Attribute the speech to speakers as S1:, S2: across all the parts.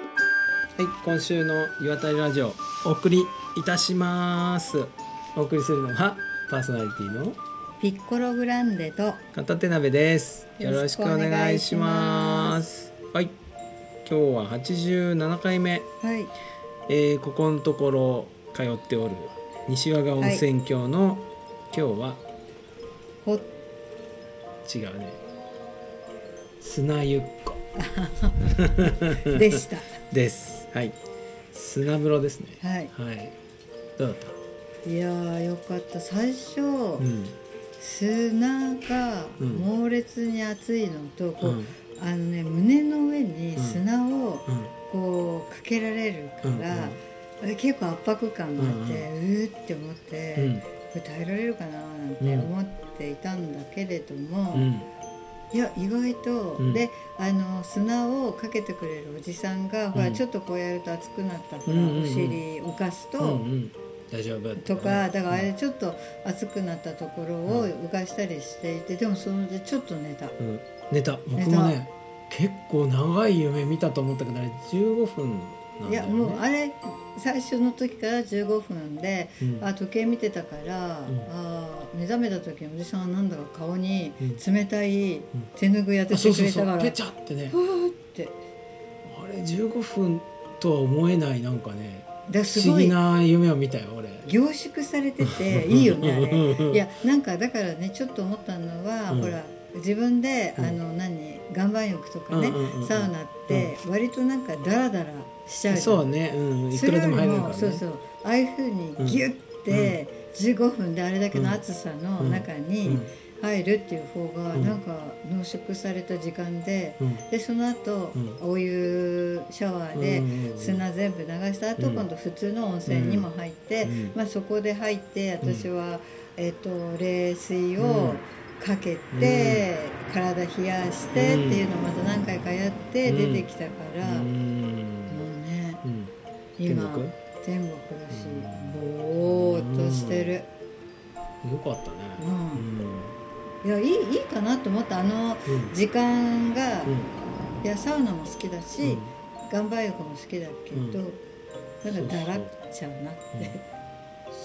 S1: はい今週の「岩谷ラジオ」お送りいたしますお送りするのはパーソナリティの
S2: ピッコログランデと
S1: 片手鍋ですよ
S2: よ
S1: ろ
S2: ろ
S1: し
S2: し
S1: く
S2: く
S1: お
S2: お
S1: 願
S2: 願
S1: い
S2: い
S1: し
S2: し
S1: ま
S2: ます
S1: はい今日は87回目、
S2: はい
S1: えーここのところ通っておる西和賀温泉郷の、今日は
S2: ほ
S1: 違うね砂ゆっこ
S2: でした
S1: ですはい砂風呂ですね
S2: はい
S1: はいどうだった
S2: いやーよかった最初、
S1: うん
S2: 砂が
S1: うん
S2: 猛烈に熱いのと、こ
S1: う
S2: うんあのね胸の上に
S1: うん
S2: 砂を
S1: うん
S2: こうかけられるから、結構圧迫感があって、うーって思って、
S1: うん
S2: これ耐えられるかななんて思っていたんだけれども、
S1: うん
S2: いや意外と、
S1: うん
S2: であの砂をかけてくれるおじさんが、ほ
S1: う
S2: ら
S1: ん
S2: ちょっとこうやると熱くなったから、
S1: うんうんうん
S2: お尻浮かすと、
S1: うんうん大丈夫
S2: とかだからあ
S1: うん
S2: れちょっと熱くなったところを
S1: うん
S2: 浮かしたりしていて、でもそのでちょっと寝た
S1: うん、寝た僕もね結構長い夢見たと思ったけどあれ15分なん
S2: い
S1: だ
S2: や
S1: よ、ね、
S2: もうあれ最初の時から15分で、
S1: うん
S2: あ時計見てたから、
S1: ん
S2: あー目覚めた時におじさんはなんだか顔に冷たい
S1: ん
S2: 手拭い当
S1: あ
S2: て
S1: そう
S2: てく
S1: そうそ
S2: れたか
S1: う
S2: ら、ふ
S1: ペ
S2: わ
S1: チャってね
S2: ーって
S1: あれ15分とは思えないなんかね
S2: です
S1: 不思
S2: ご
S1: 議
S2: い
S1: な夢を見たよ俺
S2: 凝縮され てていいよねあれ。
S1: うん
S2: いやなんかだからねちょっと思ったのは、
S1: うん
S2: ほら自分で、
S1: うん
S2: あの何岩盤浴とかね、
S1: うんうんうんうん
S2: サウナって割となんかダラダラしちゃうじゃん
S1: そうね、うん、い
S2: そ
S1: く
S2: れ
S1: ら
S2: よ
S1: で
S2: り
S1: も入れるか
S2: も
S1: らね
S2: そうそうああいうふうにギュッて15分であれだけの暑さの中
S1: う
S2: に
S1: ん
S2: 入るっていう方が
S1: うん
S2: なんか濃縮された時間で
S1: うん
S2: でその後、
S1: う
S2: お湯シャワーで
S1: うんうんうん
S2: 砂全部流した後、
S1: うん
S2: 今度普通の温泉にも入って、
S1: うん
S2: まあ、そこで入って
S1: うん
S2: 私は、えっと冷水
S1: うん
S2: をかけて、体冷やしてっていうのをまた何回かやって
S1: うん
S2: 出てきたから、
S1: う
S2: も
S1: ん
S2: うね
S1: うん天
S2: 今
S1: 国
S2: 天国だし
S1: うん
S2: ぼーっとしてる、
S1: よかったね
S2: う
S1: うんん
S2: いやいいいいかなと思ったあの
S1: うん
S2: 時間が、
S1: うん
S2: いやサウナも好きだし、
S1: うん
S2: 岩盤浴も好きだけど、なんかだらっちゃうなって。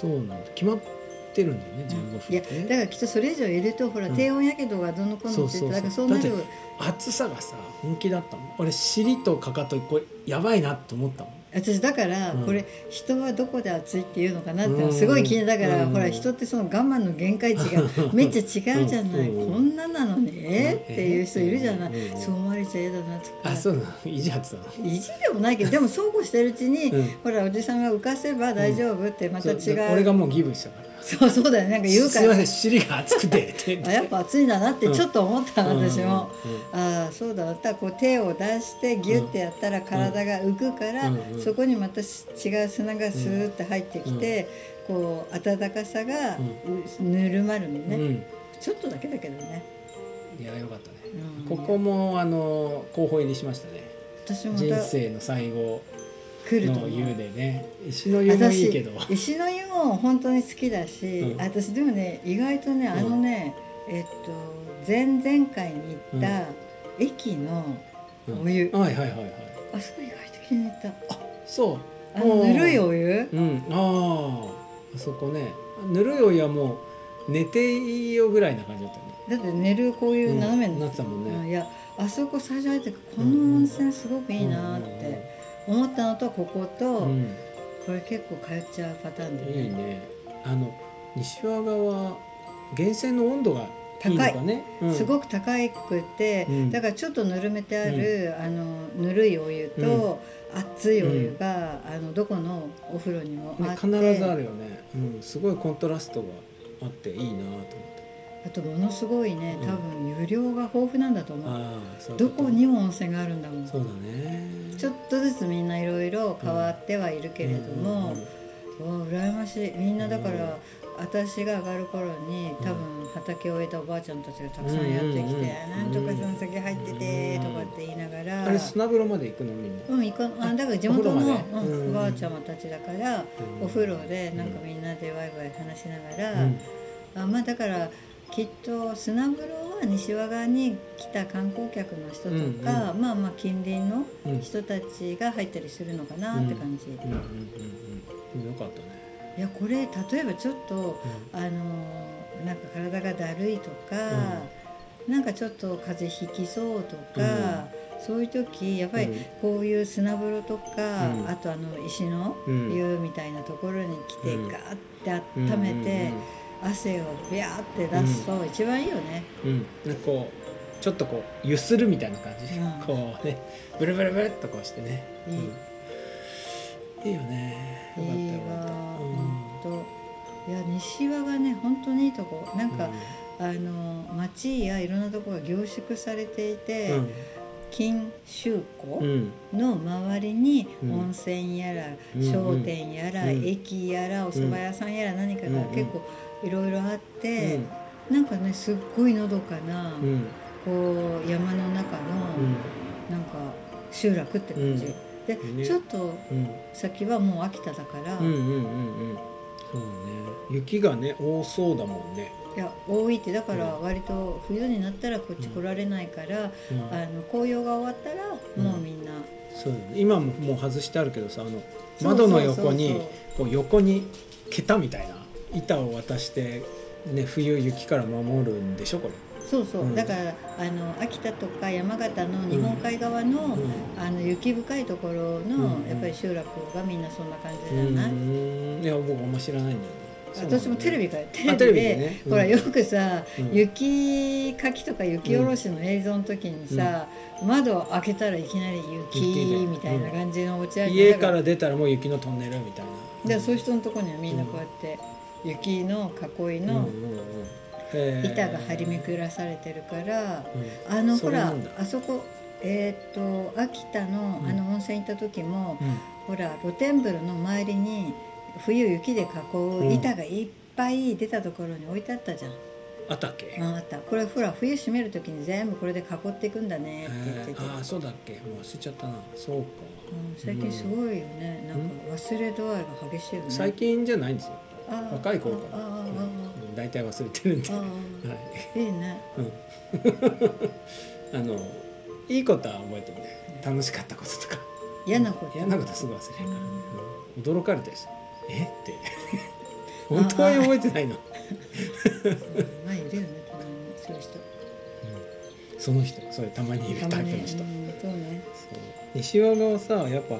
S1: そうなんだ決まってるんだよね15分っ
S2: いや
S1: て
S2: だからきっとそれ以上入れるとほら、
S1: うん
S2: 低温やけどがどうのこうのって言ってだからそう
S1: だ
S2: な
S1: って
S2: る
S1: 暑さがさ本気だったもん俺尻とかかとこれやばいなって思ったもん
S2: 私だから、
S1: うん
S2: これ人はどこで暑いっていうのかなっ
S1: うん
S2: てすごい気にだから、
S1: うん
S2: ほら人ってその我慢の限界値が めっちゃ違うじゃない、
S1: うん
S2: こんななのね、
S1: うん
S2: っていう人いるじゃない、
S1: うん
S2: そう思われちゃ嫌だなとか
S1: あそうなの意地張ってたの
S2: 意地でもない けどでもそうこうしてるうちに、
S1: うん
S2: ほらおじさんが浮かせば大丈夫ってまた
S1: そう
S2: 違
S1: で
S2: う
S1: 俺がもうギブしたから
S2: そうそうだよねなんか言う
S1: す
S2: か
S1: いませ
S2: ら
S1: ん尻が熱くてって
S2: あやっぱ暑いんだなってちょっと思った、
S1: うん
S2: 私も。
S1: うんうん
S2: ああそうだったこう手を出してギュッてやったら体が浮くから、
S1: うんうん
S2: そこにまたし違う砂がスーッて入ってきて、こう温かさがうぬるまるのね、
S1: うん
S2: ちょっとだけだけどね、
S1: いやよかったね
S2: うん
S1: ここもあの候補入りしましたね
S2: 私もまた
S1: 人生の最後
S2: 来ると
S1: の
S2: 思
S1: 湯
S2: う
S1: でね石の湯もいいけど
S2: 私石の湯も本当に好きだし、
S1: うん
S2: 私でもね意外とねあのね、えっと前々回に行った駅の
S1: うん
S2: お湯、
S1: はいはいはいはい
S2: あそこ意外と気に入った
S1: そう
S2: あのぬるい
S1: よ
S2: お湯、
S1: うんあーあそこねぬるいお湯はもう寝ていいよぐらいな感じだったよね
S2: だって寝るこういう斜めに
S1: うんなってたもんね
S2: いやあそこ最初入ってこの温泉すごくいいなって思ったのとここと、
S1: うんうん
S2: これ結構通っちゃうパターンでね
S1: いいねあの西和賀は源泉の温度がいいのかね
S2: す
S1: い、
S2: ごく高くて、
S1: うん
S2: だからちょっとぬるめてある、あのぬるいお湯と、熱いお湯が、あのどこのお風呂にもあ
S1: ね、
S2: って、
S1: 必ずあるよね、うん、すごいコントラストがあっていいなと思って
S2: あとものすごいね
S1: うん
S2: 多分湯量が豊富なんだと思う、
S1: ああそういう
S2: ど
S1: と
S2: こにも温泉があるんだもん
S1: そうだね
S2: ちょっとずつみんないろいろ変わってはいるけれど
S1: う
S2: も、
S1: ん
S2: わあ羨ましいみんなだか
S1: うん
S2: ら、私が上がる頃に多分畑を終えたおばあちゃんたちがたくさんやって
S1: うんう
S2: きて「
S1: んうん
S2: なんとかその先入ってて」
S1: うん
S2: とかって言いなが
S1: あ
S2: ら。
S1: れ砂風呂まで行くのみんな、
S2: うん、行かあだから地元
S1: お
S2: の
S1: 風呂まで
S2: うん
S1: うん
S2: おばあちゃまたちだから、
S1: うん
S2: お風呂でなんかみんなでワイワイ話しながら、
S1: うん
S2: あまあだからきっと砂風呂は西和側に来た観光客の人とか、まあまあ近隣の
S1: うん
S2: 人たちが入ったりするのかなって感じ、
S1: うん
S2: い
S1: うんうんうんよかったね、
S2: やこれ例えばちょっと
S1: うん
S2: あのーなんか体がだるいとか、なんかちょっと風邪ひきそうとか、そういう時やっぱり
S1: うん
S2: こういう砂風呂とか、
S1: うん
S2: あとあの石の
S1: うん
S2: 湯みたいなところに来て
S1: うん
S2: ガーって温めて汗をビャーって出すと一番いいよね。
S1: うんうんうんうんなんかこうちょっとこうゆするみたいな感じ、
S2: うん
S1: こうねブルブルブルっとこうしてね、
S2: いい
S1: うんいいよねよかった
S2: いい
S1: よか
S2: わ
S1: った、
S2: 本当いや西和がね本当にいいとこなんか、あの町やいろんなとこが凝縮されていて、
S1: うん
S2: 金秋湖、
S1: うん
S2: の周りに
S1: うん
S2: 温泉やら、
S1: うん
S2: 商店やら、
S1: うん
S2: 駅やらお蕎麦屋さんやら何かが
S1: うん
S2: 結構いろいろあって、なんかねすっごいのどかな、
S1: うんうん
S2: こう山の中の
S1: うん
S2: なんか集落って感じ、
S1: うん
S2: で、
S1: ね
S2: ちょっと
S1: うん
S2: 先はもう秋田だから、
S1: うん
S2: い
S1: うんうんうんそうね雪がね多そうだもんね、
S2: や多いってだから割と冬になったらこっち来られないから、
S1: うん
S2: あの紅葉が終わったらもうみんな、
S1: そうだね今ももう外してあるけどさあの
S2: そう
S1: 窓の横に
S2: そうそう
S1: こう横に桁みたいな板を渡して、ね、冬雪から守るんでしょこれ、
S2: そうそう、
S1: うん
S2: だからあの秋田とか山形の日本海側の、
S1: う
S2: あの雪深いところの、
S1: うん
S2: やっぱり集落がみんなそんな感じじゃ
S1: ん、
S2: ない、
S1: うんいや僕あんま知らないんだよね
S2: 私もテレビからテレ
S1: あ
S2: ビ
S1: テレ
S2: で
S1: ビでねうん
S2: ほらよくさ、
S1: うん
S2: 雪かきとか雪下ろしの映像の時にさ、窓を開けたらいきなり
S1: 雪で
S2: 雪みたいな感じの落ち
S1: そうな
S2: 上
S1: んだ
S2: げ
S1: 家
S2: だ
S1: から出たらもう雪のトンネルみたいな
S2: でそういう人のところにはみんなこうやって、雪の囲い
S1: うん
S2: の
S1: うんうんへー
S2: 板が張り巡らされてるから、
S1: う
S2: あの
S1: そ
S2: ほ
S1: れな
S2: ら
S1: んだ
S2: あそこえーっと秋田のあの温泉行った時も、
S1: んうん
S2: ほら露天風呂の周りに冬雪で囲
S1: うん
S2: う板がいっぱい出たところに置いてあったじゃん、
S1: あったっけ、
S2: ああったこれほら冬閉める時に全部これで囲っていくんだねって言って
S1: え
S2: て、
S1: ーああそうだっけもう忘れちゃったなそうか、
S2: うん最近すごいよね、なんか忘れ度合いが激しいよね
S1: 最近じゃないんですよ
S2: ああ
S1: 若い頃から
S2: ああああ
S1: うん大体忘れてるんで、
S2: ああ
S1: は
S2: ああ
S1: い
S2: いいね
S1: あのいいことは覚えてるね楽しかったこととか
S2: 嫌なこと
S1: 嫌なことはすぐ忘れるから、ねうん驚かれたりするえって 本当は覚えてないの、
S2: うんまあいるよねたまにそういう人
S1: うんその人それたまにいるタイプの人、
S2: たまにうんそうね
S1: そう西和川さやっぱ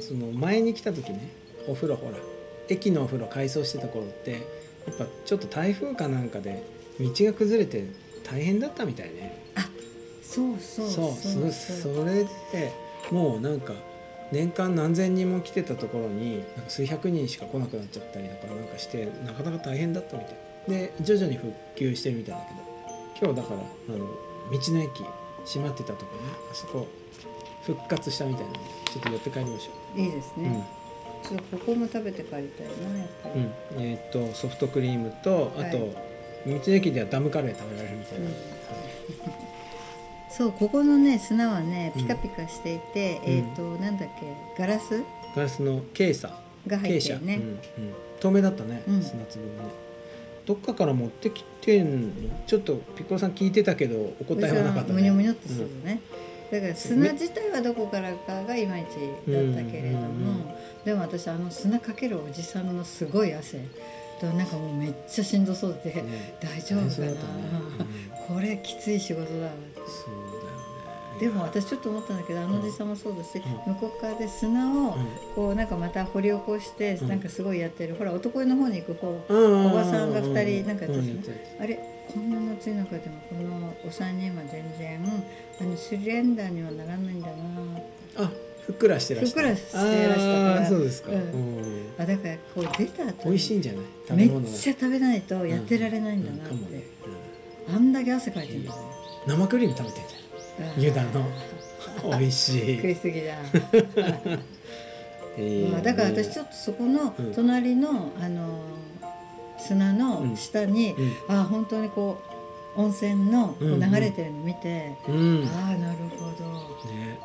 S1: その前に来た時ねお風呂ほら駅のお風呂改装してた頃ってやっぱちょっと台風かなんかで道が崩れて大変だったみたいね
S2: そうそう
S1: そうそう
S2: そう
S1: それでもうなんか年間何千人も来てたところになんか数百人しか来なくなっちゃったりとかなんかしてなかなか大変だったみたいで徐々に復旧してるみたいだけど今日だからあの道の駅閉まってたとこねあそこ復活したみたいなんでちょっと寄って帰りましょ
S2: いいです
S1: う、
S2: ね、ちょっとここも食べて帰りたいなやっぱ
S1: うん
S2: り、
S1: うんえーっとソフトクリームとあと、
S2: はい
S1: 道の駅ではダムカレー食べられるみたいな、
S2: うん
S1: はい
S2: そうここのね砂はね
S1: うん
S2: ピカピカしていて、
S1: うん
S2: えっ、となんだっけガラス
S1: ガラスのケイサ
S2: が入ってるね、
S1: うんうん、透明だったね、
S2: うん
S1: 砂粒がねどっかから持ってきてんのちょっとピッコロさん聞いてたけどお答えはなかった
S2: む
S1: ね
S2: にょむにょってするね、だから砂自体はどこからかがいまいちだったけれども、
S1: うんうんうん
S2: でも私あの砂かけるおじさんのすごい汗となんかもうめっちゃしんどそうで、
S1: ね
S2: 大丈夫かな、
S1: 大変そうだったね
S2: これきつい仕事だわ
S1: そうだ
S2: で
S1: よね
S2: も私ちょっと思ったんだけどあのおじさんもそうだし、
S1: う
S2: 向こう側で砂を
S1: うん
S2: こうなんかまた掘り起こして、
S1: うん
S2: なんかすごいやってるほら男湯の方に行く方
S1: お
S2: おばさんが二人なんかやってたね
S1: やってた
S2: あれこんな夏の中でもこのお三人は全然あのスリレンダーにはならないんだな
S1: あふっくらしてらした
S2: ふっくらしてらしたから
S1: あーそうですか、
S2: うん
S1: うん
S2: あだからこう出た後
S1: 美味しい
S2: に
S1: んじゃない食べ
S2: めっ
S1: 物が
S2: ちゃ食べないとやってられないんだなっ
S1: うかもね
S2: て、あんだけ汗かいて
S1: うん
S2: る
S1: い
S2: ん
S1: い
S2: だ
S1: ね
S2: ね
S1: 生クリーム食べてんじ湯だのゃん美味しい
S2: 食いすぎだ、
S1: いいね
S2: まあ、だから私ちょっとそこの
S1: うん
S2: 隣の、あの砂の下に、
S1: うん
S2: あ本当にこう温泉のこう
S1: うんうん
S2: 流れてるの見て、
S1: うん
S2: ああなるほど
S1: ね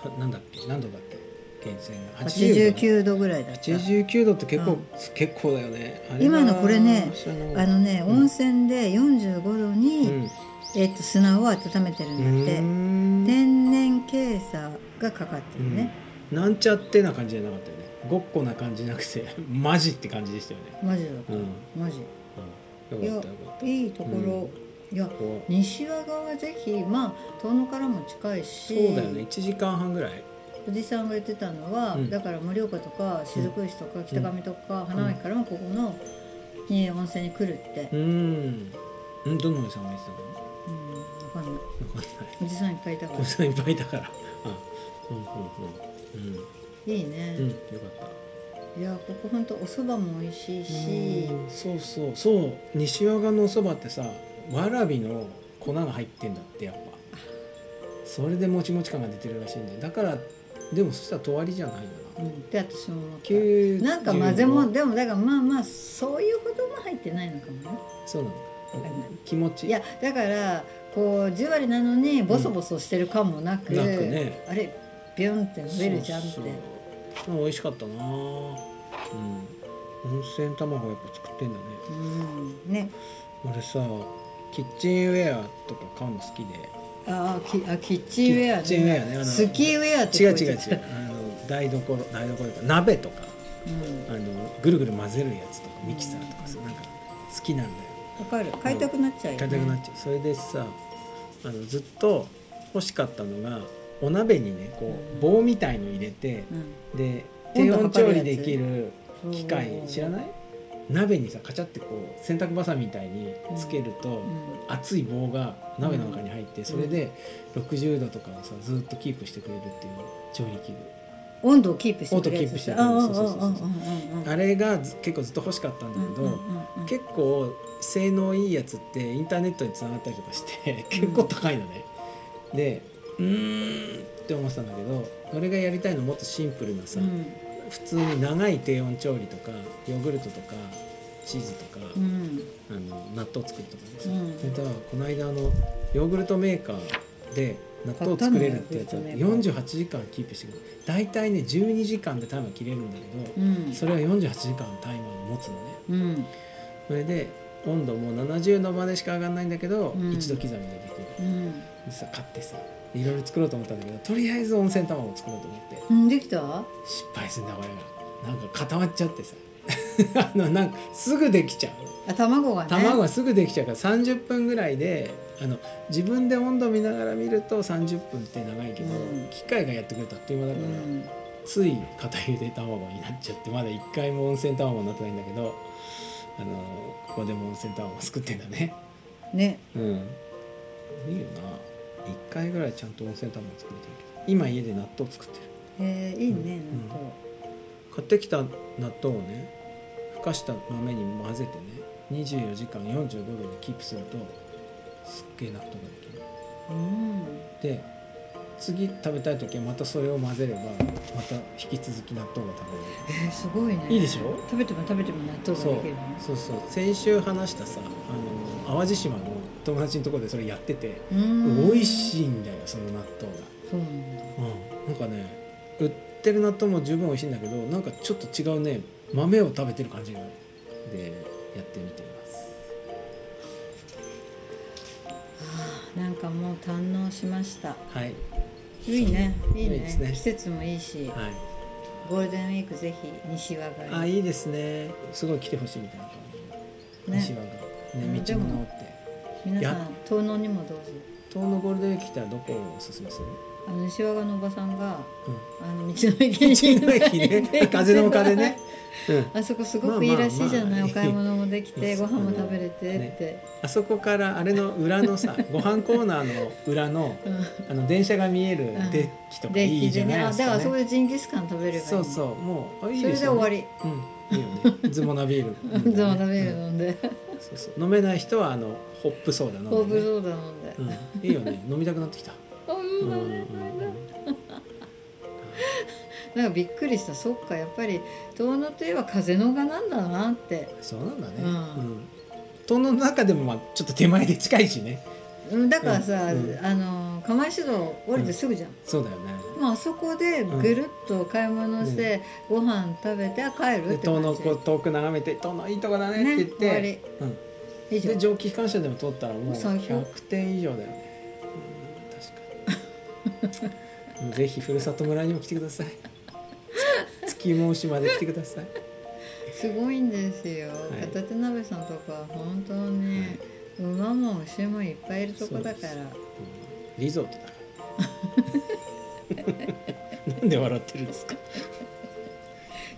S1: はなんだっけ何度だっけ源泉が
S2: 89度ぐらいだった
S1: 89度って結構、
S2: うん
S1: 結構だよねあれは
S2: 今のこれね
S1: あの
S2: あのね、
S1: うん
S2: 温泉で45度
S1: う
S2: に、
S1: ん
S2: えっと砂を温めてるんだって、
S1: うん
S2: 天然計算がかかってるね、
S1: うんなんちゃってな感じじゃなかったよねごっこな感じじゃなくて マジって感じでしたよね
S2: マジだ
S1: うん、うん
S2: マジい
S1: よか
S2: や
S1: ったよかった
S2: いいところ、いや
S1: こう
S2: 西和川はぜひまあ遠野からも近いし
S1: そうだよね1時間半ぐらい
S2: おじさんが言ってたのは、
S1: うん
S2: だから盛岡とか雫石とか北上とか、花巻からもここのいい温泉に来るって、
S1: うんうんどのおじさんが言ってたのわ
S2: うん、分かん
S1: か
S2: ない
S1: んない
S2: おじさんいっぱいいたか
S1: お
S2: ら
S1: じさんいっぱいいたからあうんうんうん
S2: いいね、
S1: うんうんよかった
S2: いやここほんとお蕎麦も美味しいし、
S1: うんそうそうそう西和賀のおそばってさわらびの粉が入ってんだってやっぱそれでもちもち感が出てるらしいんだよだからでもそしたらとわりじゃないんだ
S2: う、
S1: なん
S2: って私も思った
S1: 90
S2: なんか混ぜもんでもだからまあまあそういうことも入ってないのかもね
S1: そうなんだ
S2: わかんない
S1: 気持ち
S2: いやだからこうじわりなのにボソボソしてる感もなく,、
S1: うんなくね
S2: あれビュンって伸びるじゃんって
S1: そうそう美味しかったなうん温泉卵やっぱ作ってんだね
S2: うんね
S1: 俺さキッチンウェアとか買うの好きで
S2: ああきあキッチンウェアね
S1: キッチンウェアねあの
S2: スキーウェアって
S1: 違う
S2: こ
S1: 違う違
S2: 言ってた
S1: うあの台所台所とか鍋とか
S2: うん
S1: あのぐるぐる混ぜるやつとかミキサーとかさなんか好きなんだよ
S2: わかる買いたくなっちゃうよ、
S1: 買
S2: ね、
S1: いたくなっちゃうそれでさあのずっと欲しかったのがお鍋にねこう棒みたいの入れて
S2: うん
S1: で
S2: 温
S1: 低
S2: 度
S1: 温
S2: 測
S1: 調
S2: る
S1: 理
S2: やつ
S1: できる
S2: そう
S1: 機械知らない鍋にさカチャってこう洗濯バサミみたいにつけると
S2: う
S1: 熱い棒が鍋の中に入ってそれで60度とかをさずっとキープしてくれるっていう調理器具
S2: ん、温度をキープしてくれるやつ
S1: 温度をキープしてくれる
S2: あああああああ
S1: そうそうそうそう
S2: ああ
S1: あれがず結構ずっと欲しかったんだけど、
S2: うん
S1: 結構性能いいやつってインターネットにつながったりとかして結構高いのね、でうーんって思ってたんだけど俺がやりたいのもっとシンプルなさ、普通に長い低温調理とかヨーグルトとかチーズとか、
S2: うんうん
S1: あの納豆作るとかです
S2: う
S1: ね、
S2: ん
S1: それとこの間あのヨーグルトメーカーで納豆を作れるってやつがあって
S2: 買ったのヨーグルトメー
S1: 48時間キープしてくれる大体ね12時間でタイマー切れるんだけど、
S2: うん
S1: それは48時間タイマーを持つのね
S2: うん
S1: それで温度も70のまでしか上がんないんだけど、
S2: うん
S1: 一度刻みでできる
S2: うん
S1: でさ買ってさいろいろ作ろうと思ったんだけどとりあえず温泉卵を作ろうと思って
S2: うんできた
S1: 失敗するんだこれがなんか固まっちゃってさ あのなんかすぐできちゃう
S2: あ卵がね
S1: 卵がすぐできちゃうから30分ぐらいであの自分で温度見ながら見ると30分って長いけど、
S2: うん
S1: 機械がやってくれたあっという間だ
S2: う
S1: から、
S2: ん
S1: つい片茹で卵になっちゃってまだ一回も温泉卵になってないんだけどあのここでも温泉卵を作ってんだね
S2: ね
S1: うんいいよな一回ぐらいちゃんと温泉卵作りたいけど今家で納豆作ってる
S2: えー、いいね
S1: うん
S2: なんか
S1: 買ってきた納豆をねふかした豆に混ぜてね24時間45度でキープするとすっげえ納豆ができる
S2: うん
S1: で次食べたい時はまたそれを混ぜればまた引き続き納豆が食べれる
S2: えー、すごいね
S1: いいでしょ
S2: 食べても食べても納豆が
S1: そう
S2: できるのね
S1: そうそう先週話したさあの淡路島の友達のところでそれやってて、
S2: うーん
S1: 美味しいんだよその納豆が、
S2: そうなんだ
S1: うん、なんかね売ってる納豆も十分美味しいんだけどなんかちょっと違うね豆を食べてる感じがあるでやってみています
S2: なんかもう堪能しました
S1: はい
S2: いいねいいね
S1: いいですね
S2: 季節もいいし、
S1: はい
S2: ゴールデンウィークぜひ西和が
S1: あいいですねすごい来てほしいみたいな感じ、
S2: ね
S1: 西和が
S2: う
S1: ね道
S2: んで
S1: も直
S2: も
S1: って
S2: 皆さ
S1: や
S2: ん東能にもどうぞ
S1: 東のゴールデンウィーク来たらどこをおすすめする、
S2: あの西和賀のおばさんが
S1: うん、
S2: あの道の駅に
S1: 道の駅 ね風の丘でね、うん、
S2: あそこすごくいいらしいじ
S1: ま
S2: ゃない、
S1: あまあ
S2: お買い物もでき
S1: いいで
S2: て
S1: す
S2: ご飯も食べれてって、
S1: あそこからあれの裏の さご飯コーナーの裏のあの電車が見える
S2: うん
S1: デッキと
S2: う
S1: か
S2: ん、で
S1: いい
S2: 駅
S1: じゃ
S2: で
S1: ない
S2: ねあ
S1: です
S2: だか
S1: から
S2: そこ
S1: ね。
S2: でジンギスカン食べればいい
S1: そうそうもうあいい
S2: それ
S1: です
S2: で
S1: よ、ね、
S2: 終わり
S1: 終わり、うん、いいよねズボナビール飲ん でね
S2: ゾウ食べる飲んで
S1: うんそうそう飲めない人はあのホップソーダ飲ん
S2: ホー
S1: で
S2: ブ
S1: ね、
S2: ソーダ飲んで、
S1: うん、いいよね飲みたくなってきた、
S2: あ
S1: う
S2: うんん
S1: う
S2: だ
S1: んう
S2: ね
S1: ん、
S2: なんかびっくりしたそっかやっぱり遠野といえば風の丘なんだなって
S1: そうなんだね、う
S2: うんん
S1: 東の中でもまあちょっと手前で近いしね
S2: うんだからさ、
S1: うんうん
S2: あの
S1: よ
S2: 釜石道降りてすぐじゃん、
S1: そうだよね
S2: まああそこでぐるっと買い物して、ご飯食べてあ帰る
S1: で
S2: って感
S1: 遠
S2: じ
S1: のこ遠く眺めて「遠のいいとこだね」って
S2: ね
S1: 言っ
S2: 終わ
S1: て、
S2: り
S1: うん、
S2: 以上
S1: で蒸気機関車でも通ったらもう
S2: 最高
S1: 100点以上だよねうん確か にぜひふるさと村にも来てくださいつ月も島まで来てください
S2: すごいんですよ、
S1: い
S2: 片手鍋さんとか本当に、馬も牛もいっぱいいるとこだ
S1: そ
S2: か
S1: う
S2: ら
S1: リゾートだからなんで笑ってるんですか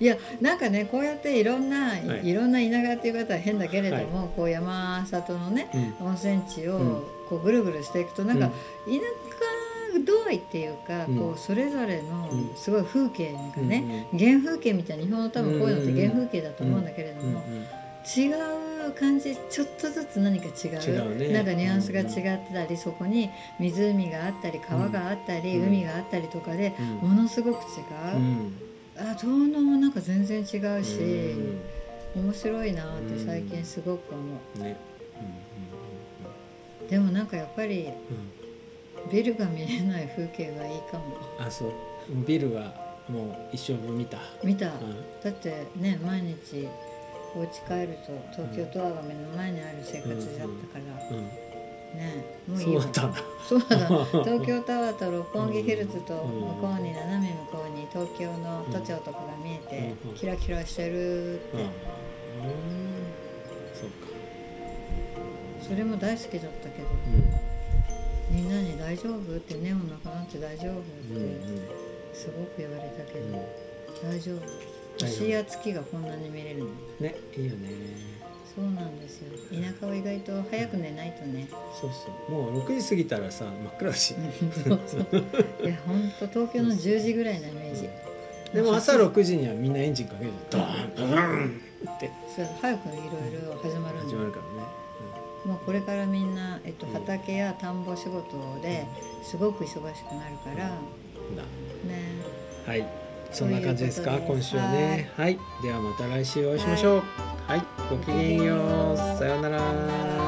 S2: いやなんかねこうやっていろんな、い
S1: はい
S2: いろんな田舎っていう方は変だけれども、こう山里のね
S1: うん
S2: 温泉地を
S1: うん
S2: こうぐるぐるしていくとなんか、
S1: うん
S2: 田舎度合いっていうか、
S1: うん
S2: こうそれぞれの
S1: うん
S2: すごい風景がね、
S1: ね
S2: 原風景みたいな日本の多分こういうのって原風景だと思うんだけれど
S1: うんうん
S2: も、違う感じちょっとずつ何か違う
S1: 違うね
S2: なんかニュアンスが違ってたり、そこに湖があったり川があったり、
S1: うん
S2: 海があったりとかで、
S1: うん
S2: ものすごく違
S1: う
S2: う、
S1: ん
S2: あ遠野もなんか全然違うし、
S1: うん
S2: 面白いなって最近すごく思
S1: ね
S2: う、でもなんかやっぱり
S1: うんうんうん
S2: ビルが見えない風景がいいかも
S1: うんあそうビルはもう一生分見た、
S2: 見た、
S1: う
S2: だってね毎日お家帰ると東京タワーが目の前にある生活だったから、
S1: んうん、
S2: ねもういい
S1: そう
S2: わ
S1: だ ったんだ
S2: そうだ東京タワーと六本木ヒルズと
S1: うん
S2: 向こうに斜め向こうに東京の都庁とかが見え
S1: うん
S2: てキラキラしてるっ
S1: うん、うん
S2: て、
S1: そうか
S2: それも大好きだったけどみんなに「大丈夫?」って「ネオンなくなって大丈夫?」
S1: うんうん
S2: ってすごく言われたけ
S1: うん
S2: ど
S1: う
S2: 「大丈夫?」
S1: 大丈夫
S2: 星や月がこんなに見れるの
S1: んねいいよね
S2: そうなんですよ田舎は意外と早く寝ないとね
S1: そうそうもう6時過ぎたらさ真っ暗だし、
S2: そう そういやほんと東京の10時ぐらいのイメージ
S1: でも朝6時にはみんなエンジンかけるとドーンドーンって
S2: そう早くいろいろ始まるん
S1: 始
S2: で
S1: まるからね、
S2: もうこれからみんな、えっと、
S1: うん
S2: 畑や田んぼ仕事ですごく忙しくなるから、
S1: うん、だ
S2: ね
S1: はいそんな感じですか
S2: ということ
S1: 今
S2: で
S1: 週はねはい、ではまた来週お会いしましょうはい、ごきげんよう、
S2: ごきげんよう
S1: さようなら